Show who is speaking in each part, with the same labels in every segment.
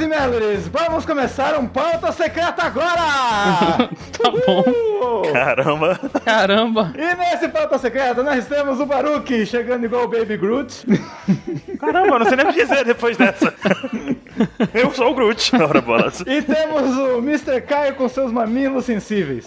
Speaker 1: e Melores, vamos começar um pauta secreta agora!
Speaker 2: Tá bom.
Speaker 1: Uhul!
Speaker 3: Caramba.
Speaker 2: Caramba.
Speaker 1: E nesse pauta secreta nós temos o Baruque chegando igual o Baby Groot.
Speaker 3: Caramba, eu não sei nem o que dizer depois dessa. Eu sou o Groot. Ora, bolas.
Speaker 1: E temos o Mr. Caio com seus mamilos sensíveis.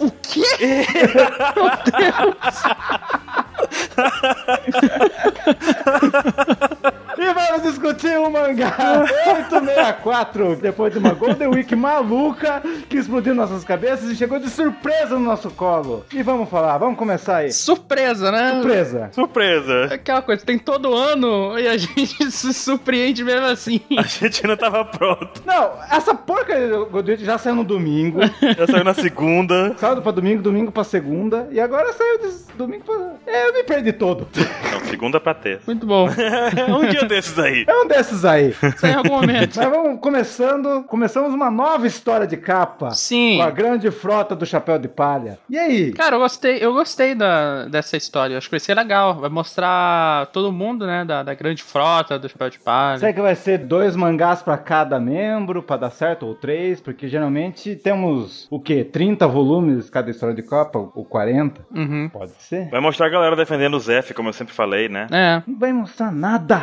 Speaker 1: E vamos discutir o mangá 864, depois de uma Golden Week maluca que explodiu nossas cabeças e chegou de surpresa no nosso colo. E vamos falar, vamos começar aí.
Speaker 2: Surpresa, né?
Speaker 1: Surpresa.
Speaker 2: É
Speaker 3: Surpresa.
Speaker 2: Aquela coisa, tem todo ano e a gente se surpreende mesmo assim.
Speaker 3: A gente não tava pronto.
Speaker 1: Não, essa porca do Golden Week já saiu no domingo.
Speaker 3: Já saiu na segunda.
Speaker 1: Sábado pra domingo, domingo pra segunda. E agora saiu de domingo pra. É, eu me perdi todo.
Speaker 3: Não, segunda pra terça.
Speaker 2: Muito bom.
Speaker 3: Um dia desses aí.
Speaker 1: É um desses aí.
Speaker 2: Isso aí em algum momento.
Speaker 1: Mas vamos começando. Começamos uma nova história de capa.
Speaker 2: Sim.
Speaker 1: Com a grande frota do chapéu de palha. E aí?
Speaker 2: Cara, eu gostei, eu gostei da, dessa história. Eu acho que vai ser legal. Vai mostrar todo mundo, né? Da, da grande frota do Chapéu de Palha.
Speaker 1: Será que vai ser dois mangás pra cada membro, pra dar certo, ou três? Porque geralmente temos o quê? 30 volumes cada história de capa? Ou 40?
Speaker 2: Uhum.
Speaker 1: Pode ser?
Speaker 3: Vai mostrar a galera defendendo o Zef, como eu sempre falei, né?
Speaker 2: É.
Speaker 1: Não vai mostrar nada.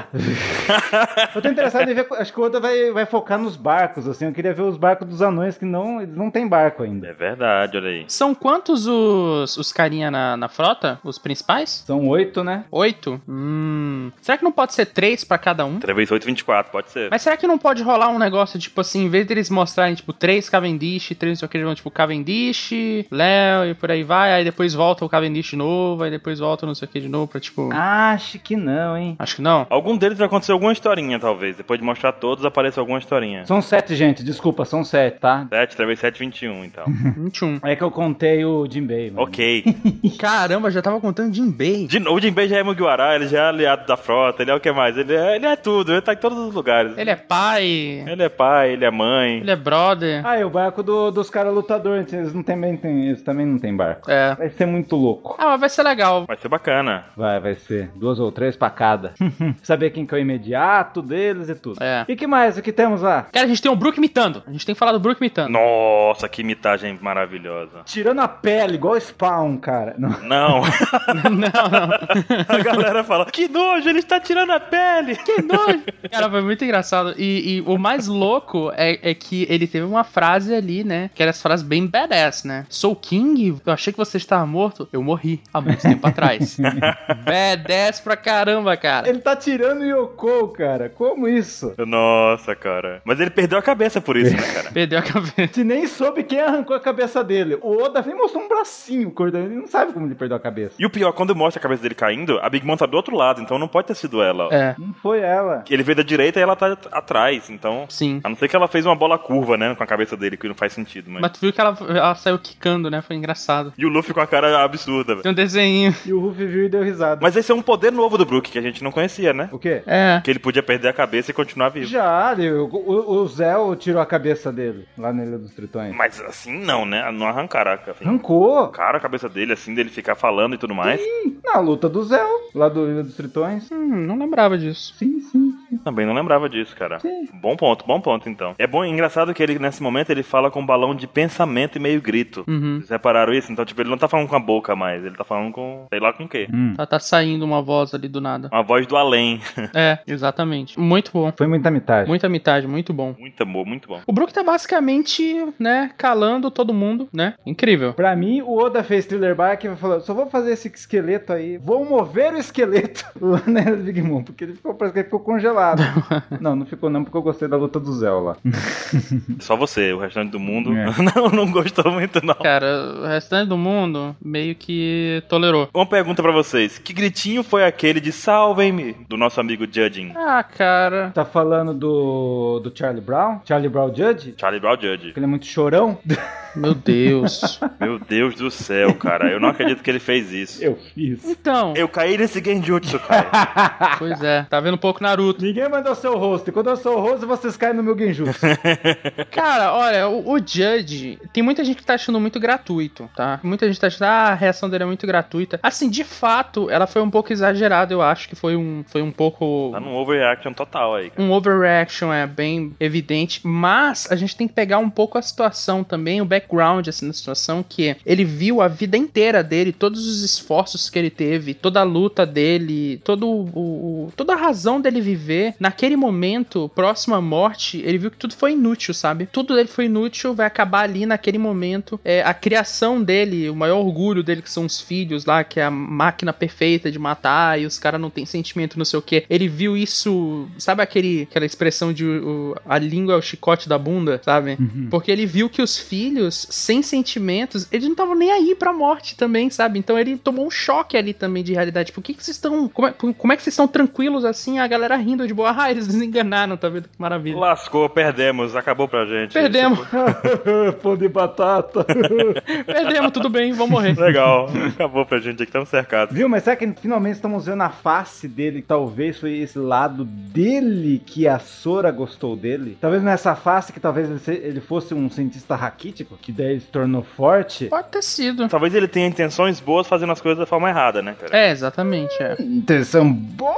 Speaker 1: eu tô interessado em ver. Acho que o Oda vai, vai focar nos barcos, assim. Eu queria ver os barcos dos anões que não. Eles não têm barco ainda.
Speaker 3: É verdade, olha aí.
Speaker 2: São quantos os, os carinha na, na frota? Os principais?
Speaker 1: São oito, né?
Speaker 2: Oito? Hum. Será que não pode ser três pra cada um?
Speaker 3: 3 vezes 8, 24, pode ser.
Speaker 2: Mas será que não pode rolar um negócio, tipo assim, em vez deles mostrarem, tipo, três Cavendish, três não sei o que, eles vão, tipo, Cavendish, Léo e por aí vai, aí depois volta o Cavendish de novo, aí depois volta o não sei o que de novo, pra, tipo...
Speaker 1: Acho que não, hein?
Speaker 2: Acho que não.
Speaker 3: Algum deles vai acontecer alguma historinha, talvez. Depois de mostrar todos, aparece alguma historinha.
Speaker 1: São sete, gente. Desculpa, são sete, tá?
Speaker 3: 7, 3 vezes 7, 21 e um, tal.
Speaker 2: 21.
Speaker 1: É que eu contei o Jinbei, mano.
Speaker 3: ok.
Speaker 2: Caramba, já tava contando de um Jinbei.
Speaker 3: De novo, o Jinbei já é Mugiwara, ele já é aliado da frota, ele é o que mais? Ele é, ele é tudo, ele tá em todos os lugares.
Speaker 2: Ele é pai,
Speaker 3: Ele é pai, ele é mãe.
Speaker 2: ele é brother.
Speaker 1: Ah, e o barco do- dos caras lutadores, eles não também tem, eles também não tem barco.
Speaker 2: É.
Speaker 1: Vai ser muito louco.
Speaker 2: Ah, mas vai ser legal.
Speaker 3: Vai ser bacana.
Speaker 1: Vai, vai ser. Duas ou três pra cada. Saber quem que é o imediato deles e tudo.
Speaker 2: É.
Speaker 1: E que mais? O que temos lá?
Speaker 2: Cara, a gente tem o Brook imitando. A gente tem que falar do Brook imitando.
Speaker 3: Nossa, que imitagem maravilhosa.
Speaker 1: Tirando a pele, igual spawn, cara. Não.
Speaker 3: Não,
Speaker 2: não, não.
Speaker 3: a galera fala, que nojo, ele está tirando a pele.
Speaker 2: Que nojo! Cara, foi muito engraçado. E, e o mais louco é, é que ele teve uma frase ali, né? Que era essa frase bem badass, né? Sou King, eu achei que você estava morto. Eu morri há muito tempo atrás. badass pra caramba, cara.
Speaker 1: Ele tá tirando o Yoko, cara. Como isso?
Speaker 3: Nossa, cara. Mas ele perdeu a cabeça por isso, né, cara?
Speaker 2: Perdeu a cabeça.
Speaker 1: Se nem soube quem arrancou a cabeça dele. O Oda nem mostrou um bracinho, cortando. Ele não sabe como ele perdeu a cabeça.
Speaker 3: E o pior, quando mostra a cabeça dele caindo, a Big Mom tá do outro lado, então não pode ter sido ela. ó.
Speaker 2: É,
Speaker 1: Não foi ela.
Speaker 3: Ele veio da direita e ela tá at- atrás, então...
Speaker 2: sim.
Speaker 3: A não ser que ela fez uma bola curva, né, com a cabeça dele, que não faz sentido, mas...
Speaker 2: Mas tu viu que ela, ela saiu quicando, né? Foi engraçado.
Speaker 3: E o Luffy com a cara absurda, velho.
Speaker 2: Tem um desenho.
Speaker 1: E o Ruffy viu e deu risada.
Speaker 3: Mas esse é um poder novo do Brook, que a gente não conhecia, né?
Speaker 1: O quê?
Speaker 2: É.
Speaker 3: Que ele podia perder a cabeça e continuar vivo.
Speaker 1: Já, ele- o, o, o Zé tirou a cabeça dele lá na Ilha dos Tritões.
Speaker 3: Mas assim não, né? Não arrancaram a cabeça.
Speaker 1: Arrancou.
Speaker 3: Cara, a cabeça dele, assim, dele ficar falando e tudo mais.
Speaker 1: Sim, na luta do Zé, lá do Ilha dos Tritões.
Speaker 2: Hum, não lembrava disso.
Speaker 1: Sim, sim.
Speaker 3: Também não lembrava disso, cara.
Speaker 1: Sim.
Speaker 3: Bom ponto, bom ponto, então. É bom, engraçado que ele, nesse momento, ele fala com um balão de pensamento e meio grito.
Speaker 2: Uhum.
Speaker 3: Vocês repararam isso? Então, tipo, ele não tá falando com a boca mais, ele tá falando com. sei lá com o quê.
Speaker 2: Tá, tá saindo uma voz ali do nada.
Speaker 3: Uma voz do além.
Speaker 2: É, exatamente. Muito bom.
Speaker 1: Foi muita metade.
Speaker 2: Muita mitagem, muito bom.
Speaker 3: muito bom, muito bom.
Speaker 2: O Brook tá basicamente, né, calando todo mundo, né? Incrível.
Speaker 1: Pra mim, o Oda fez Thriller Bark e falou: só vou fazer esse esqueleto aí, vou mover o esqueleto lá na Ilha do Big Mom, porque ele ficou, parece que ele ficou congelado. não, não ficou não, porque eu gostei da luta do Zé lá.
Speaker 3: Só você, o restante do mundo.
Speaker 1: É.
Speaker 3: não, não gostou muito, não.
Speaker 2: Cara, o restante do mundo meio que tolerou.
Speaker 3: Uma pergunta pra vocês: que gritinho foi aquele de salvem-me do nosso amigo Judging?
Speaker 2: Ah, cara.
Speaker 1: Tá falando do, do Charlie Brown? Charlie Brown Judge?
Speaker 3: Charlie Brown Judge.
Speaker 1: Que ele é muito chorão?
Speaker 2: Meu Deus.
Speaker 3: Meu Deus do céu, cara. Eu não acredito que ele fez isso.
Speaker 1: Eu fiz.
Speaker 2: Então,
Speaker 3: Eu caí nesse Genjutsu, cara.
Speaker 2: pois é, tá vendo um pouco Naruto.
Speaker 1: Ninguém Ninguém mandou ser o rosto. E quando eu sou o rosto, vocês caem no meu genjutsu.
Speaker 2: Cara, olha, o, o Judge, tem muita gente que tá achando muito gratuito, tá? Muita gente tá achando, ah, a reação dele é muito gratuita. Assim, de fato, ela foi um pouco exagerada, eu acho que foi um, foi um pouco.
Speaker 3: Tá num overreaction total aí, cara.
Speaker 2: Um overreaction é bem evidente, mas a gente tem que pegar um pouco a situação também, o background assim, da situação, que ele viu a vida inteira dele, todos os esforços que ele teve, toda a luta dele, todo o, o- toda a razão dele viver. Naquele momento, próximo à morte, ele viu que tudo foi inútil, sabe? Tudo dele foi inútil, vai acabar ali naquele momento. É, a criação dele, o maior orgulho dele, que são os filhos lá, que é a máquina perfeita de matar e os caras não têm sentimento, não sei o que. Ele viu isso, sabe aquele, aquela expressão de o- a língua é o chicote da bunda, sabe? Porque ele viu que os filhos, sem sentimentos, eles não estavam nem aí pra morte também, sabe? Então ele tomou um choque ali também de realidade. Por que, que vocês estão. Como é, por- como é que vocês estão tranquilos assim? A galera rindo de boa. Ah, eles desenganaram, tá vendo? Que maravilha.
Speaker 3: Lascou, perdemos, acabou pra gente.
Speaker 2: Perdemos,
Speaker 1: Pão de batata.
Speaker 2: perdemos, tudo bem, vamos morrer.
Speaker 3: Legal, acabou pra gente aqui, estamos cercados.
Speaker 1: Viu? Mas será que finalmente estamos vendo a face dele? Talvez foi esse lado dele que a Sora gostou dele? Talvez nessa face que talvez ele se- ele fosse um cientista raquítico, que daí ele se tornou forte?
Speaker 2: Pode ter sido.
Speaker 3: Talvez ele tenha intenções boas fazendo as coisas da forma errada, né, cara?
Speaker 2: É, exatamente. É.
Speaker 1: Intenção boa,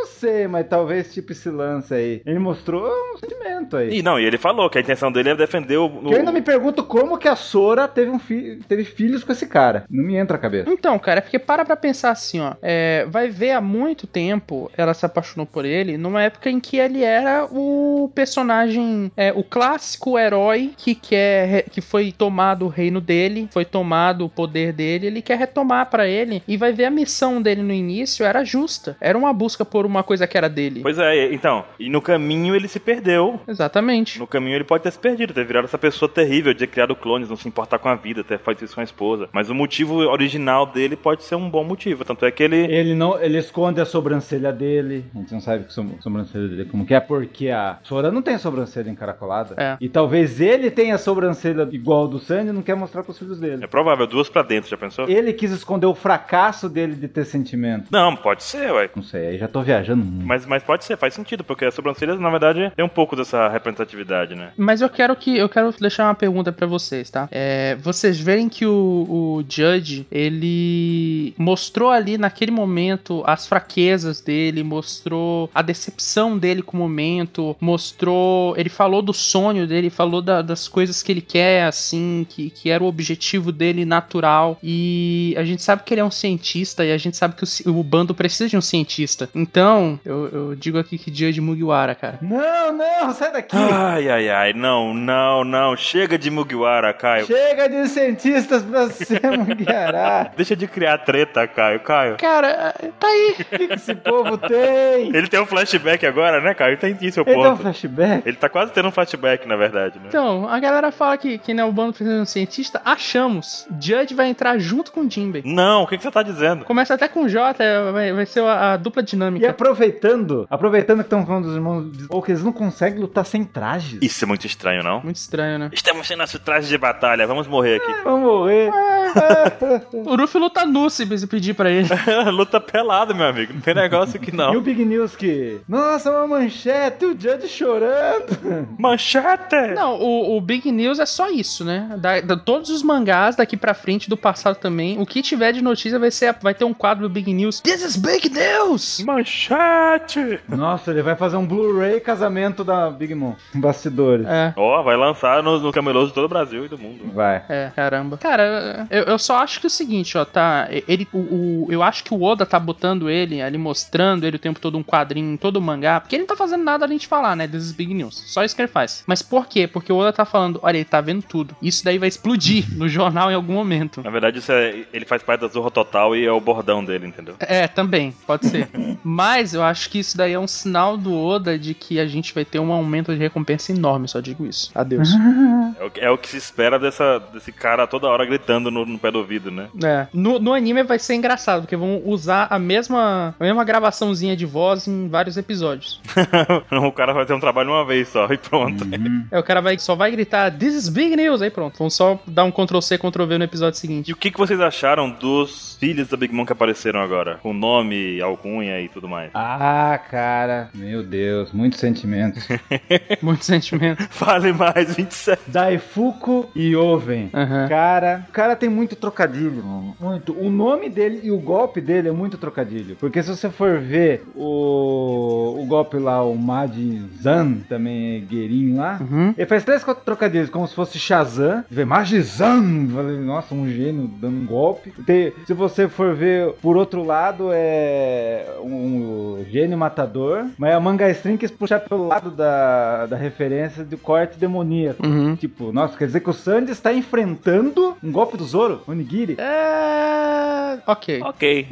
Speaker 1: não sei, mas talvez tipo esse lance aí. Ele mostrou um sentimento aí.
Speaker 3: E não, e ele falou que a intenção dele é defender o. o-
Speaker 1: Que eu ainda me pergunto como que a Sora teve, um fi- teve filhos com esse cara. Não me entra a cabeça.
Speaker 2: Então, cara, é porque para pra pensar assim, ó. é, vai ver há muito tempo ela se apaixonou por ele numa época em que ele era o personagem, é, o clássico herói que quer, re- que foi tomado o reino dele, foi tomado o poder dele, ele quer retomar pra ele. E vai ver a missão dele no início era justa, era uma busca por uma coisa que era dele.
Speaker 3: Pois é, e- então. E no caminho ele se perdeu.
Speaker 2: Exatamente.
Speaker 3: No caminho ele pode ter se perdido, ter virado essa pessoa terrível, ter criado clones, não se importar com a vida, ter feito isso com a esposa. Mas o motivo original dele pode ser um bom motivo. Tanto é que ele.
Speaker 1: Ele não, ele esconde a sobrancelha dele. A gente não sabe que som- sobrancelha dele como que é, porque a Sora não tem sobrancelha encaracolada.
Speaker 2: É.
Speaker 1: E talvez ele tenha a sobrancelha igual do Sandy e não quer mostrar pros filhos
Speaker 3: É
Speaker 1: dele.
Speaker 3: provável, duas pra dentro, já pensou?
Speaker 1: Ele quis esconder o fracasso dele de ter sentimento.
Speaker 3: Não, pode ser, ué.
Speaker 1: Não sei, aí já tô viajando muito.
Speaker 3: Mas, mas pode ser, faz sentido, porque as sobrancelhas, na verdade, tem um pouco dessa representatividade, né?
Speaker 2: Mas eu quero que eu quero deixar uma pergunta pra vocês, tá? É, vocês verem que o, o Judge ele mostrou ali naquele momento as fraquezas dele, mostrou a decepção dele com o momento, mostrou ele falou do sonho dele, falou da- das coisas que ele quer, assim, que, que era o objetivo dele natural. E a gente sabe que ele é um cientista e a gente sabe que o, ci- o bando precisa de um cientista. Então eu, eu digo aqui que Judge Mugiwara, cara.
Speaker 1: Não, não, sai daqui!
Speaker 3: Ai, ai, ai, não, não, não. Chega de Mugiwara, Caio.
Speaker 1: Chega de cientistas pra ser Mugiará!
Speaker 3: Deixa de criar treta, Caio. Caio.
Speaker 2: Cara, tá aí.
Speaker 1: O que, que esse povo tem?
Speaker 3: Ele tem um flashback agora, né, Caio? Entendi seu
Speaker 1: Ele dá um
Speaker 3: ponto.
Speaker 1: flashback?
Speaker 3: Ele tá quase tendo um flashback, na verdade, né?
Speaker 2: Então, a galera fala que, que né, o bando precisa de um cientista. Achamos. Judge vai entrar junto com o Jinbei.
Speaker 3: Não, o que, que você tá dizendo?
Speaker 2: Começa até com o Jota, vai, vai ser a, a dupla
Speaker 1: E
Speaker 2: dinâmica.
Speaker 1: aproveitando, aproveitando que estamos falando dos irmãos, ou que eles não conseguem lutar sem trajes.
Speaker 3: Isso é muito estranho, não?
Speaker 2: Muito estranho, né?
Speaker 3: Estamos sem nosso traje de batalha, vamos morrer aqui.
Speaker 1: Vão morrer.
Speaker 2: O Ruffy luta nu se se pedir pra ele.
Speaker 3: Luta pelada, meu amigo. Não tem negócio aqui,
Speaker 1: E o
Speaker 3: não.
Speaker 1: Big News que. Nossa, uma manchete, o Judge chorando.
Speaker 3: Manchete!
Speaker 2: Não, o, o Big News é só isso, né? Da, da- todos os mangás daqui pra frente, do passado também, o que tiver de notícia vai, ser, vai ter um quadro do Big News. This is Big News!
Speaker 3: Manchete!
Speaker 1: Nossa, ele vai fazer um Blu-ray casamento da Big Mom. Bastidores.
Speaker 2: É.
Speaker 3: Ó, vai lançar no, no camelô de todo o Brasil e do mundo.
Speaker 1: Vai.
Speaker 2: É, caramba. Cara, eu, eu só acho que é o seguinte, ó, tá. Ele, o, o- eu acho que o Oda tá botando ele, ali mostrando ele o tempo todo um quadrinho em todo o mangá, porque ele não tá fazendo nada além de falar, né? This is big news. Só isso que ele faz. Mas por quê? Porque o Oda tá falando, olha, ele tá vendo tudo. Isso daí vai explodir no jornal em algum momento.
Speaker 3: Na verdade, isso é, ele faz parte da Zorro Total e é o bordão dele, entendeu?
Speaker 2: É, também, pode ser. Mas eu acho que isso daí é um sinal do Oda de que a gente vai ter um aumento de recompensa enorme, só digo isso. Adeus.
Speaker 3: É o, que- é o que se espera dessa, desse cara toda hora gritando no, no pé do ouvido, né?
Speaker 2: É. No, no anime vai ser engraçado, porque vão usar a mesma, a mesma gravaçãozinha de voz em vários episódios.
Speaker 3: o cara vai ter um trabalho uma vez só e pronto.
Speaker 2: É, o cara vai, só vai gritar, this is big news, aí pronto. Vão só dar um Ctrl-C, Ctrl-V no episódio seguinte.
Speaker 3: E o que, que vocês acharam dos filhos da Big Mom que apareceram agora? Com nome, alcunha e tudo mais.
Speaker 1: Ah, cara. Meu Deus, muitos sentimentos.
Speaker 2: Muito sentimento.
Speaker 3: Fale mais, 27.
Speaker 1: Daifuku e Oven.
Speaker 2: Aham.
Speaker 1: Cara, o cara tem muito trocadilho, mano. Muito. O nome dele e o golpe dele é muito trocadilho. Porque se você for ver o, o golpe lá, o Majizan, também é gueirinho lá.
Speaker 2: Uhum.
Speaker 1: Ele faz três quatro trocadilhos, como se fosse Shazam. Vê Magizan! Falei, Nossa, um gênio dando um golpe. Tem- se você for ver por outro lado, é um gênio matador. Mas a manga string quis puxar pelo lado da, da referência do corte demoníaco.
Speaker 2: Uhum.
Speaker 1: Tipo, nossa, quer dizer que o Sandy está enfrentando um golpe do Zoro, Onigiri.
Speaker 2: É... Ok.
Speaker 3: Ok.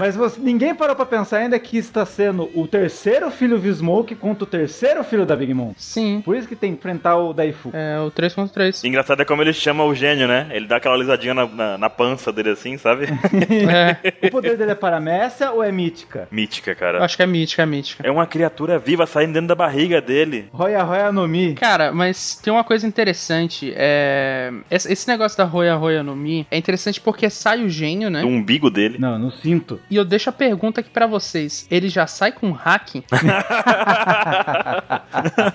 Speaker 1: Mas você- ninguém parou pra pensar ainda que está sendo o terceiro filho Vismoke contra o terceiro filho da Big Mom.
Speaker 2: Sim.
Speaker 1: Por isso que tem que enfrentar o Daifu.
Speaker 2: É o 3 contra 3.
Speaker 3: Engraçado é como ele chama o gênio, né? Ele dá aquela alisadinha na, na, na pança dele assim, sabe?
Speaker 2: É,
Speaker 1: O poder dele é paramécia ou é mítica?
Speaker 3: mítica, cara.
Speaker 2: acho que é mítica, é mítica.
Speaker 3: É uma criatura viva saindo dentro da barriga dele.
Speaker 1: Roya Roya no Mi.
Speaker 2: Cara, mas tem uma coisa interessante. É... Esse esse negócio da Roya Roya no Mi é interessante porque sai o gênio, né?
Speaker 3: Do umbigo dele.
Speaker 1: Não, no cinto.
Speaker 2: E eu deixo a pergunta aqui pra vocês: ele já sai com hack?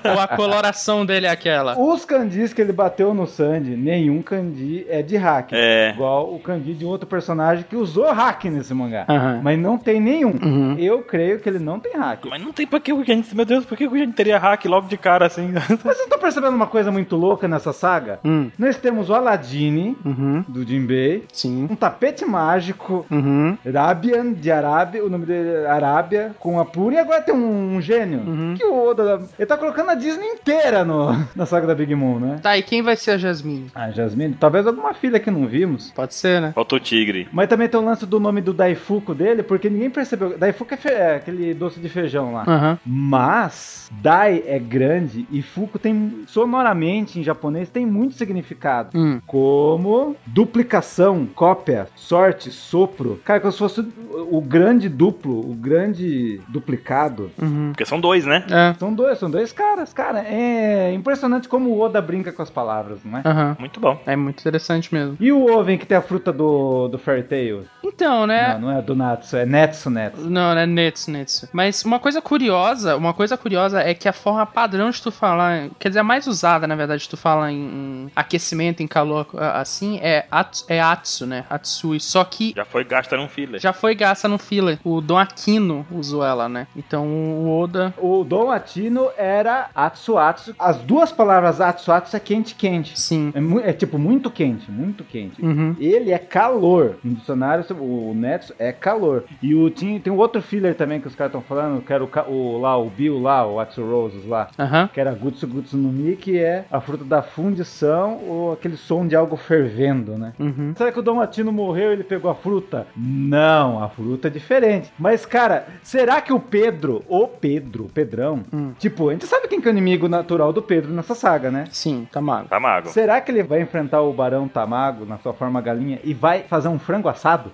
Speaker 2: Ou a coloração dele é aquela?
Speaker 1: Os candis que ele bateu no Sandy, nenhum candi é de hack.
Speaker 3: É.
Speaker 1: Igual o candi de um outro personagem que usou hack nesse mangá.
Speaker 2: Aham.
Speaker 1: Mas não tem nenhum.
Speaker 2: Ah. Uhum.
Speaker 1: Eu creio que ele não tem hack.
Speaker 3: Mas não tem pra que o gente. Meu Deus, por que o gente teria hack logo de cara assim?
Speaker 1: Mas vocês estão percebendo uma coisa muito louca nessa saga?
Speaker 2: Hum.
Speaker 1: Nós temos o Aladine,
Speaker 2: Uhum.
Speaker 1: do Jinbei,
Speaker 2: Sim.
Speaker 1: um tapete mágico,
Speaker 2: Uhum.
Speaker 1: Rabian, de Arábia, o nome dele é Arábia, com a Pura, e agora tem um, um gênio.
Speaker 2: Uhum.
Speaker 1: Que o Oda, ele tá colocando a Disney inteira no, na saga da Big Mom, né?
Speaker 2: Tá, e quem vai ser a Jasmine?
Speaker 1: Ah, Jasmine, talvez alguma filha que não vimos.
Speaker 2: Pode ser, né?
Speaker 3: Faltou o tigre.
Speaker 1: Mas também tem o lance do nome do Daifuku dele, porque ninguém percebeu. Daifuku é, fe- é aquele doce de feijão lá.
Speaker 2: Aham.
Speaker 1: Mas Dai é grande e Fuku tem sonoramente em japonês tem muito significado.
Speaker 2: Hum.
Speaker 1: Como duplicação, cópia, sorte, sopro. Cara, como se fosse o o grande duplo, o grande duplicado.
Speaker 2: Uhum.
Speaker 3: Porque são dois, né?
Speaker 2: É.
Speaker 1: São dois, são dois caras. Cara, é impressionante como o Oda brinca com as palavras, não é?
Speaker 2: Aham.
Speaker 3: Muito bom.
Speaker 2: É muito interessante mesmo.
Speaker 1: E o Oven que tem a fruta do, do Fairy Tail?
Speaker 2: Então, né?
Speaker 1: Não, não é do Natsu, é Netsu Netsu.
Speaker 2: Não, né? Netsu, Netsu. Mas uma coisa curiosa, uma coisa curiosa é que a forma padrão de tu falar, quer dizer, a mais usada, na verdade, de tu falar em, em aquecimento, em calor, a- assim, é atsu, é atsu, né? Atsui. Só que
Speaker 3: Já foi gasta num filler.
Speaker 2: já foi gasta no filler. O Don Aquino usou ela, né? Então o Oda...
Speaker 1: O Dom Latino era Atsu Atsu. As duas palavras Atsu Atsu é quente quente.
Speaker 2: Sim.
Speaker 1: É, mu- é, tipo muito quente, muito quente.
Speaker 2: Uhum.
Speaker 1: Ele é calor. No dicionário, o Netsu é calor. E o Tim, tem um outro filler também que os caras estão falando, que era o, ca- o lá, o Bill lá, o Atsu Roses lá.
Speaker 2: Aham.
Speaker 1: Que era Gutsu Gutsu no Mi, que é a fruta da fundição ou aquele som de algo fervendo, né?
Speaker 2: Uhum.
Speaker 1: Será que o Domatino morreu e ele pegou a fruta? Não, a fruta é diferente. Mas, cara, será que o Pedro, o Pedro, o Pedrão,
Speaker 2: Hum.
Speaker 1: tipo, a gente sabe quem que é o inimigo natural do Pedro nessa saga, né?
Speaker 2: Sim, tá mago.
Speaker 3: Tá mago.
Speaker 1: Será que ele vai enfrentar o Barão Tamago na sua forma galinha e vai fazer um frango assado?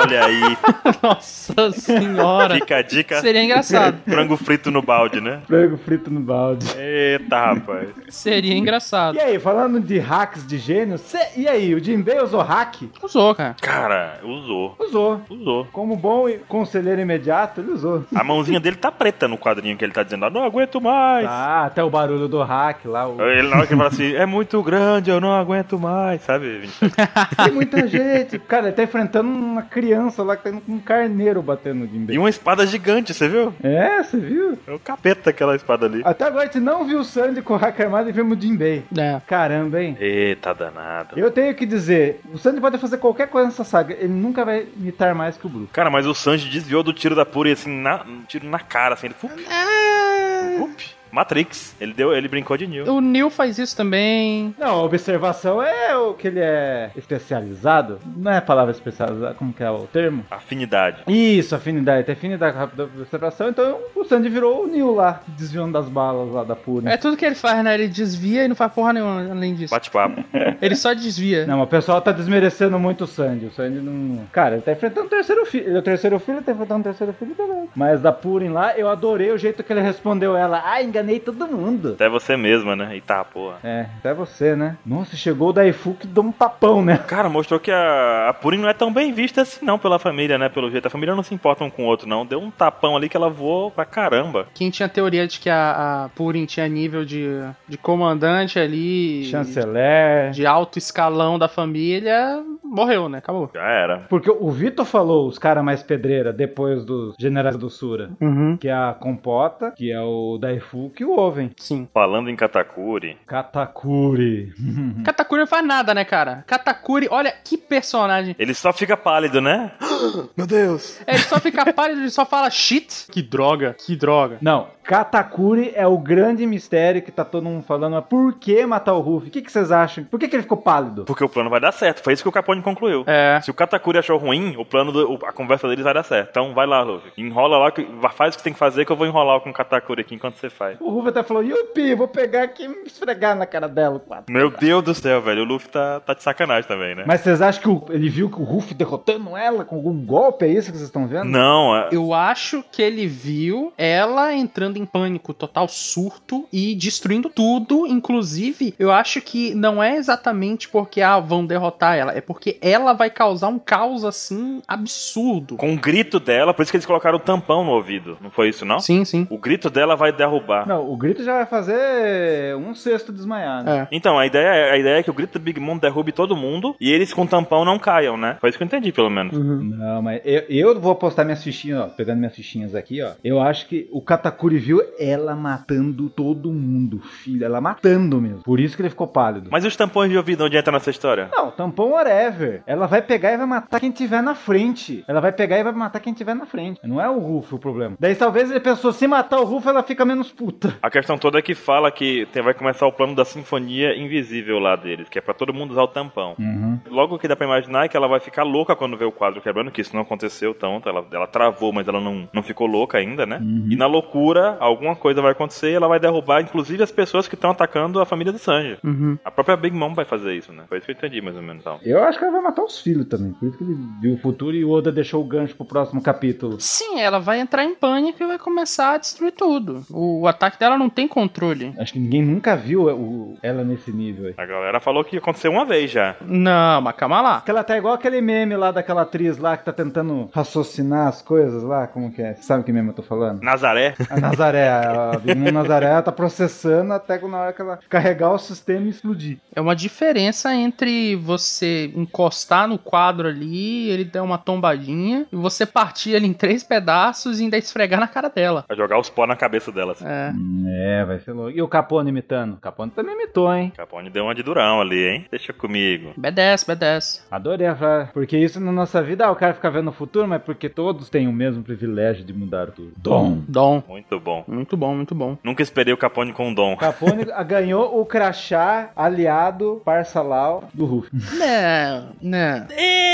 Speaker 3: Olha aí.
Speaker 2: Nossa senhora.
Speaker 3: Fica a dica.
Speaker 2: Seria engraçado.
Speaker 3: Frango frito no balde, né?
Speaker 1: Frango frito no balde.
Speaker 3: Eita, rapaz.
Speaker 2: Seria engraçado.
Speaker 1: E aí, falando de hacks de gênio, cê- e aí, o Jinbei usou hack?
Speaker 2: Usou, cara.
Speaker 3: Cara, usou.
Speaker 1: Usou.
Speaker 3: Usou.
Speaker 1: Como bom e- conselheiro imediato, ele usou.
Speaker 3: A mãozinha dele tá preta no quadrinho que ele tá dizendo, ah, não aguento mais.
Speaker 1: Ah, até o barulho do hack lá. O...
Speaker 3: Ele na hora que ele fala assim, é muito grande, eu não aguento mais, sabe? Vinícius?
Speaker 1: Tem muita gente. Cara, ele tá enfrentando uma criança lá que tá indo com um carneiro batendo no Jinbei.
Speaker 3: E uma espada gigante, você viu?
Speaker 1: É, você viu?
Speaker 3: É o capeta aquela espada ali.
Speaker 1: Até agora a gente não viu o Sandy com o hack armado e vimos o Jinbei.
Speaker 2: É.
Speaker 1: Caramba, hein?
Speaker 3: Eita danada.
Speaker 1: Eu tenho que dizer, o Sandy pode fazer qualquer coisa nessa saga, ele nunca vai imitar mais que o Brook.
Speaker 3: Cara, mas o Sanji desviou do tiro da Puri, assim, na, um tiro na cara, assim, ele... Fup, fup. Matrix. Ele, deu, ele brincou de Neo.
Speaker 2: O Neil faz isso também.
Speaker 1: Não, a observação é o o que ele é especializado, não é a palavra especializada, como que é o termo?
Speaker 3: Afinidade.
Speaker 1: Isso, afinidade. Tem afinidade rápida da separação, então o Sandy virou o Neil lá, desviando das balas lá da Puri.
Speaker 2: É tudo que ele faz, né? Ele desvia e não faz porra nenhuma além disso.
Speaker 3: Bate-papo.
Speaker 2: Ele só desvia.
Speaker 1: Não, mas o pessoal tá desmerecendo muito o Sandy. O Sandy não. Cara, ele tá enfrentando o terceiro filho. Ele é o terceiro filho, ele tá enfrentando o terceiro filho, beleza. Mas da Purim lá, eu adorei o jeito que ele respondeu ela. Ah, enganei todo mundo.
Speaker 3: Até você mesma, né? Eita, porra.
Speaker 1: É, até você, né? Nossa, chegou o Daifu que deu um tapão, né?
Speaker 3: Cara, mostrou que a, a Purim não é tão bem vista assim não pela família, né? Pelo jeito. A família não se importa um com o outro, não. Deu um tapão ali que ela voou pra caramba.
Speaker 2: Quem tinha teoria de que a, a Purim tinha nível de, de comandante ali.
Speaker 1: Chanceler.
Speaker 2: De alto escalão da família, morreu, né? Acabou.
Speaker 3: Já era.
Speaker 1: Porque o Vitor falou os caras mais pedreira depois dos generais do Sura.
Speaker 2: Uhum.
Speaker 1: Que é a Compota, que é o Daifu que o Oven.
Speaker 2: Sim.
Speaker 3: Falando em Katakuri,
Speaker 1: Katakuri.
Speaker 2: Katakuri não faz nada, né, cara? Katakuri, olha que personagem.
Speaker 3: ele só fica pálido, né? Meu Deus.
Speaker 2: É, Ele só fica pálido, ele só fala shit. Que droga, que droga.
Speaker 1: Não, Katakuri é o grande mistério que tá todo mundo falando. Mas por que matar o Ruffy? O que, que vocês acham? Por que, que ele ficou pálido?
Speaker 3: Porque o plano vai dar certo. Foi isso que o Capone concluiu.
Speaker 2: É.
Speaker 3: Se o Katakuri achou ruim, o plano, do, o- a conversa deles vai dar certo. Então vai lá, Luffy. Enrola lá, que- faz o que tem que fazer que eu vou enrolar com o Katakuri aqui enquanto você faz.
Speaker 1: O Ruffy até falou, Yupi, vou pegar aqui e me esfregar na cara dela. quatro."
Speaker 3: Meu Deus do céu, velho. O Luffy tá, tá de sacanagem também, né?
Speaker 1: Mas vocês acham que o- ele viu que o Ruffy derrotando ela com algum golpe? É isso que vocês estão vendo?
Speaker 3: Não, é-
Speaker 2: Eu acho que ele viu ela entrando em pânico, total surto e destruindo tudo. Inclusive, eu acho que não é exatamente porque ah, vão derrotar ela, é porque ela vai causar um caos assim absurdo.
Speaker 3: com o grito dela, por isso que eles colocaram o tampão no ouvido. Não foi isso, não?
Speaker 2: Sim, sim.
Speaker 3: O grito dela vai derrubar.
Speaker 1: Não, o grito já vai fazer um sexto desmaiar, né?
Speaker 2: É.
Speaker 3: Então, a ideia, é- a ideia é que o grito do Big Mom derrube todo mundo e eles com tampão não caiam, né? Foi isso que eu entendi, pelo menos.
Speaker 1: Não, mas eu, eu vou apostar minhas fichinhas, ó, pegando minhas fichinhas aqui, ó. Eu acho que o Katakuri viu ela matando todo mundo, filho, ela matando mesmo. Por isso que ele ficou pálido.
Speaker 3: Mas e os tampões de ouvido, onde entra nessa história?
Speaker 1: Não, tampão whatever. Ela vai pegar e vai matar quem tiver na frente. Ela vai pegar e vai matar quem tiver na frente. Não é o Rufo o problema. Daí talvez ele pensou, se matar o Rufo, ela fica menos puta.
Speaker 3: A questão toda é que fala que tem- vai começar o plano da sinfonia invisível lá deles, que é pra todo mundo usar o tampão.
Speaker 1: Uhum.
Speaker 3: Logo que dá pra imaginar é que ela vai ficar louca quando vê o quadro quebrando, que isso não aconteceu tanto. Ela, ela travou, mas ela não, não ficou louca ainda, né? E na loucura, alguma coisa vai acontecer e ela vai derrubar, inclusive, as pessoas que estão atacando a família do Sanji.
Speaker 2: Uhum.
Speaker 3: A própria Big Mom vai fazer isso, né? Foi isso que eu entendi, mais ou menos. Então.
Speaker 1: Eu acho que ela vai matar os filhos também. Por isso que ele viu o futuro e o Oda deixou o gancho pro próximo capítulo.
Speaker 2: Sim, ela vai entrar em pânico e vai começar a destruir tudo. O, o ataque dela não tem controle.
Speaker 1: Acho que ninguém nunca viu o- ela nesse nível aí.
Speaker 3: A galera falou que aconteceu uma vez já.
Speaker 2: Não, mas calma lá.
Speaker 1: Que ela tá igual aquele meme lá daquela atriz lá que tá tentando raciocinar as coisas lá, como que é? Você sabe que meme eu tô falando?
Speaker 3: Nazaré.
Speaker 1: A Nazaré, a menina Nazaré, ela tá processando até que na hora que ela carregar o sistema e explodir.
Speaker 2: É uma diferença entre você encostar no quadro ali, ele der uma tombadinha, e você partir ele em três pedaços e ainda esfregar na cara dela.
Speaker 3: Vai jogar os pó na cabeça dela. Assim.
Speaker 2: É.
Speaker 1: É, vai ser louco. E o Capone imitando? O Capone também imitou, hein?
Speaker 3: Capone deu uma de durão ali, hein? Deixa comigo.
Speaker 2: B10, B10.
Speaker 1: Adorei a frase. Porque isso na nossa vida, ah, o cara fica vendo o futuro, mas porque todos têm o mesmo privilégio de mudar tudo. Dom.
Speaker 2: Dom.
Speaker 3: Muito bom.
Speaker 2: Muito bom, muito bom.
Speaker 3: Nunca esperei o Capone com um dom.
Speaker 1: Capone ganhou o crachá aliado parcelau do Ruff.
Speaker 2: Não, não.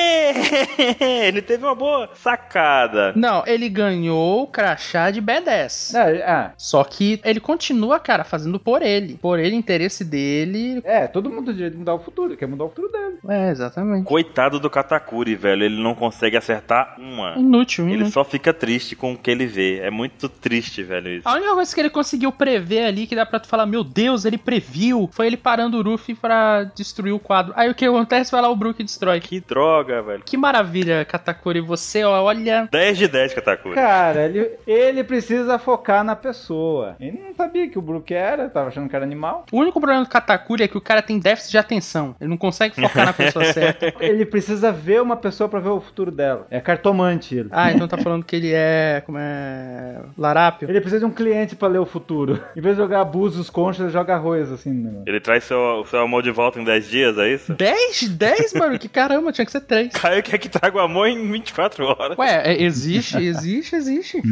Speaker 3: É, Ele teve uma boa sacada.
Speaker 2: Não, ele ganhou o crachá de B10.
Speaker 1: Ah,
Speaker 2: Só que ele continua, cara, fazendo por ele. Por ele, interesse dele.
Speaker 1: é, todo mundo tem direito de mudar o futuro, quer mudar o futuro dele.
Speaker 2: É, exatamente.
Speaker 3: Coitado do Katakuri, velho. Ele não consegue acertar uma.
Speaker 2: Inútil,
Speaker 3: Ele
Speaker 2: inútil.
Speaker 3: só fica triste com o que ele vê. É muito triste, velho, isso.
Speaker 2: A única coisa que ele conseguiu prever ali, que dá pra tu falar, meu Deus, ele previu, foi ele parando o Ruffy pra destruir o quadro. Aí o que acontece? Vai lá o Brook e destrói.
Speaker 3: Que droga, velho.
Speaker 2: Que maravilha, Katakuri, você ó, olha...
Speaker 3: 10 de 10, Katakuri.
Speaker 1: Cara, ele, ele precisa focar na pessoa. Ele não sabia que o Brook era, tava achando que era animal.
Speaker 2: O único problema do Katakuri é que o cara tem déficit de atenção. Ele não consegue focar na pessoa certa.
Speaker 1: Ele precisa ver uma pessoa pra ver o futuro dela. É cartomante ele.
Speaker 2: Ah, então tá falando que ele é. Como é. Larápio?
Speaker 1: Ele precisa de um cliente pra ler o futuro. Em vez de jogar abusos, conchas, ele joga arroz, assim, no negócio.
Speaker 3: Ele traz seu, seu amor de volta em 10 dias, é isso?
Speaker 2: 10? 10, mano? Que caramba, tinha que ser 3.
Speaker 3: Caio quer que traga o amor em 24 horas.
Speaker 2: Ué, é- existe, existe, existe.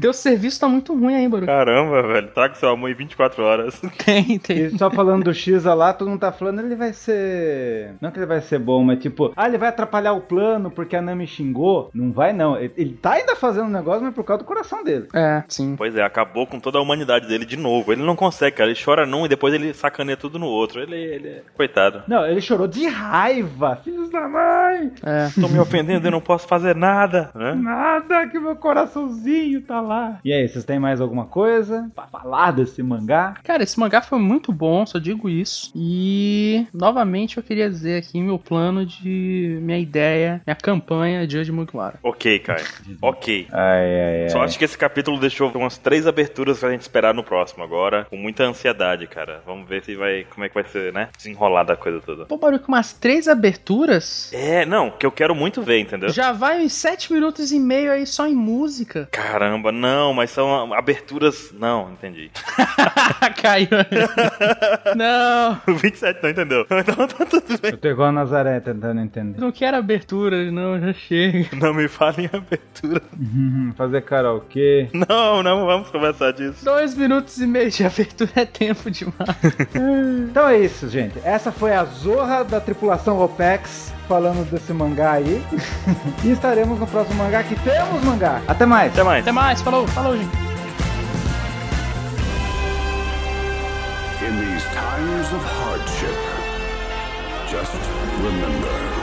Speaker 2: Teu serviço tá muito ruim aí, Baruque.
Speaker 3: Caramba, velho. Traga seu amor em 24 horas.
Speaker 2: Tem, tem.
Speaker 1: E só falando do Xa lá, todo mundo tá falando, ele vai ser. Não que ele vai ser bom, mas tipo, ah, ele vai atrapalhar o plano porque a Nami xingou. Não vai, não. Ele, ele tá ainda fazendo o negócio, mas por causa do coração dele.
Speaker 2: É, sim.
Speaker 3: Pois é, acabou com toda a humanidade dele de novo. Ele não consegue, cara. Ele chora num e depois ele sacaneia tudo no outro. Ele, ele é. Coitado.
Speaker 1: Não, ele chorou de raiva. Filhos da mãe!
Speaker 2: É.
Speaker 3: Estão me ofendendo, eu não posso fazer nada. Né?
Speaker 1: Nada, que meu coraçãozinho tá lá. E aí, vocês têm mais alguma coisa pra falar desse mangá?
Speaker 2: Cara, esse mangá foi muito bom, só digo isso. E novamente eu queria dizer aqui meu plano de minha ideia, minha campanha de Judge Mugiwara.
Speaker 3: Ok, Caio. Ok.
Speaker 1: Ai, ai, ai.
Speaker 3: Só acho que esse capítulo deixou umas três aberturas pra gente esperar no próximo agora, com muita ansiedade, cara. Vamos ver se vai. como é que vai ser, né? Desenrolar da coisa toda.
Speaker 2: Pô, Baruque, umas três aberturas?
Speaker 3: É, não, que eu quero muito ver, entendeu?
Speaker 2: Já vai uns sete minutos e meio aí só em música.
Speaker 3: Caramba, não, mas são aberturas. Não, entendi.
Speaker 2: Ah, Caiu. não,
Speaker 3: O 27 não entendeu. Então tá tudo bem.
Speaker 1: Eu tô igual a Nazaré tentando entender.
Speaker 2: não quero aberturas, não, já chega.
Speaker 3: Não me falem abertura.
Speaker 1: Uhum, Fazer karaokê.
Speaker 3: Não, não vamos conversar disso.
Speaker 2: Dois minutos e meio de abertura é tempo demais.
Speaker 1: Então é isso, gente. Essa foi a Zorra da tripulação OPEX falando desse mangá aí. e estaremos no próximo mangá que temos mangá. Até mais.
Speaker 3: Até mais.
Speaker 2: Até mais, falou, falou, gente.
Speaker 4: In these times of hardship, just remember.